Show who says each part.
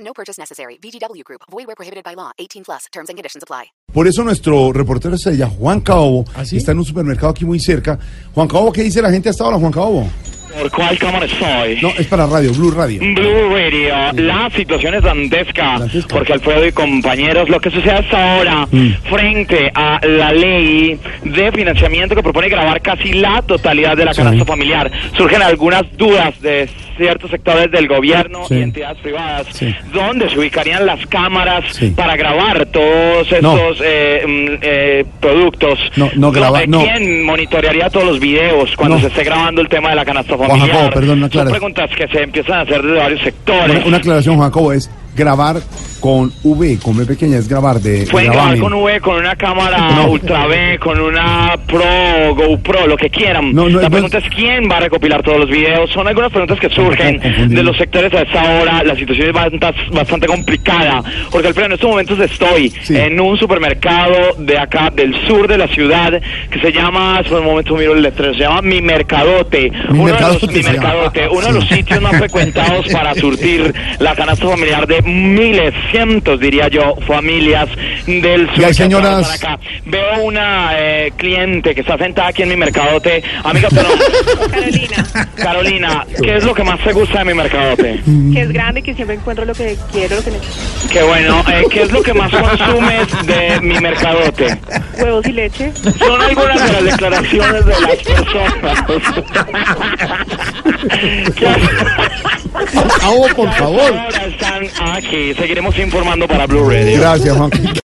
Speaker 1: No purchase necessary. VGW Group. Void where prohibited by law. 18 plus. Terms and conditions apply.
Speaker 2: Por eso nuestro reportero estrella, Juan Caobo,
Speaker 3: ¿Ah, sí?
Speaker 2: está en un supermercado aquí muy cerca. Juan Caobo, ¿qué dice la gente hasta ahora, Juan Caobo?
Speaker 4: ¿Por cuál cámara estoy?
Speaker 2: No, es para radio, Blue Radio.
Speaker 4: Mm, Blue Radio, la situación es dantesca,
Speaker 2: Dantesca. Mm.
Speaker 4: porque Alfredo y compañeros, lo que sucede hasta ahora frente a la ley de financiamiento que propone grabar casi la totalidad de la canasta familiar, surgen algunas dudas de ciertos sectores del gobierno
Speaker 3: Sí.
Speaker 4: y entidades privadas,
Speaker 3: Sí.
Speaker 4: dónde se ubicarían las cámaras
Speaker 3: Sí.
Speaker 4: para grabar todos estos
Speaker 2: No.
Speaker 4: eh, mm, eh, productos,
Speaker 2: No, no
Speaker 4: ¿Dónde
Speaker 2: grabar, no.
Speaker 4: quién monitorearía todos los videos cuando
Speaker 2: No.
Speaker 4: se esté grabando el tema de la canasta
Speaker 2: Juan
Speaker 4: familiar,
Speaker 2: Jacobo, perdón, no
Speaker 4: Son
Speaker 2: aclaras.
Speaker 4: preguntas que se empiezan a hacer de varios sectores.
Speaker 2: Una, una aclaración, Juan Caobo, es grabar con V, con V pequeña, es grabar de...
Speaker 4: Pueden grabar
Speaker 2: gravamen.
Speaker 4: con V, con una cámara
Speaker 2: No.
Speaker 4: Ultra B, con una Pro, GoPro, lo que quieran.
Speaker 2: No, no,
Speaker 4: la
Speaker 2: no
Speaker 4: pregunta
Speaker 2: es-
Speaker 4: es quién va a recopilar todos los videos. Son algunas preguntas que surgen
Speaker 2: confundido.
Speaker 4: de los sectores a esta hora. La situación es bastante, bastante complicada. Porque, Alfredo, en estos momentos estoy
Speaker 2: Sí.
Speaker 4: en un supermercado de acá, del sur de la ciudad, que se llama, por un momento miro el letrero, se llama Mi Mercadote.
Speaker 2: Mi
Speaker 4: uno
Speaker 2: Mercadote
Speaker 4: de los, Mi
Speaker 2: se llama.
Speaker 4: Mercadote, uno de los
Speaker 2: Sí.
Speaker 4: sitios más frecuentados para surtir la canasta familiar de miles, cientos, diría yo, familias del sur.
Speaker 2: Y hay
Speaker 4: que van
Speaker 2: señoras-
Speaker 4: para acá. Veo una eh, cliente que está sentada aquí en mi mercadote. Amiga, pero...
Speaker 5: Carolina,
Speaker 4: Carolina, ¿qué es lo que más te gusta de mi mercadote?
Speaker 5: que es grande, que siempre encuentro lo que quiero, lo que necesito.
Speaker 4: Qué bueno. eh, ¿Qué es lo que más consumes de mi mercadote?
Speaker 5: Huevos y leche.
Speaker 4: Son algunas de las declaraciones de las personas. ¿Qué
Speaker 2: Juan Caobo, por favor.
Speaker 4: ahora están aquí? Seguiremos informando para Blue Radio.
Speaker 2: Gracias, Juan.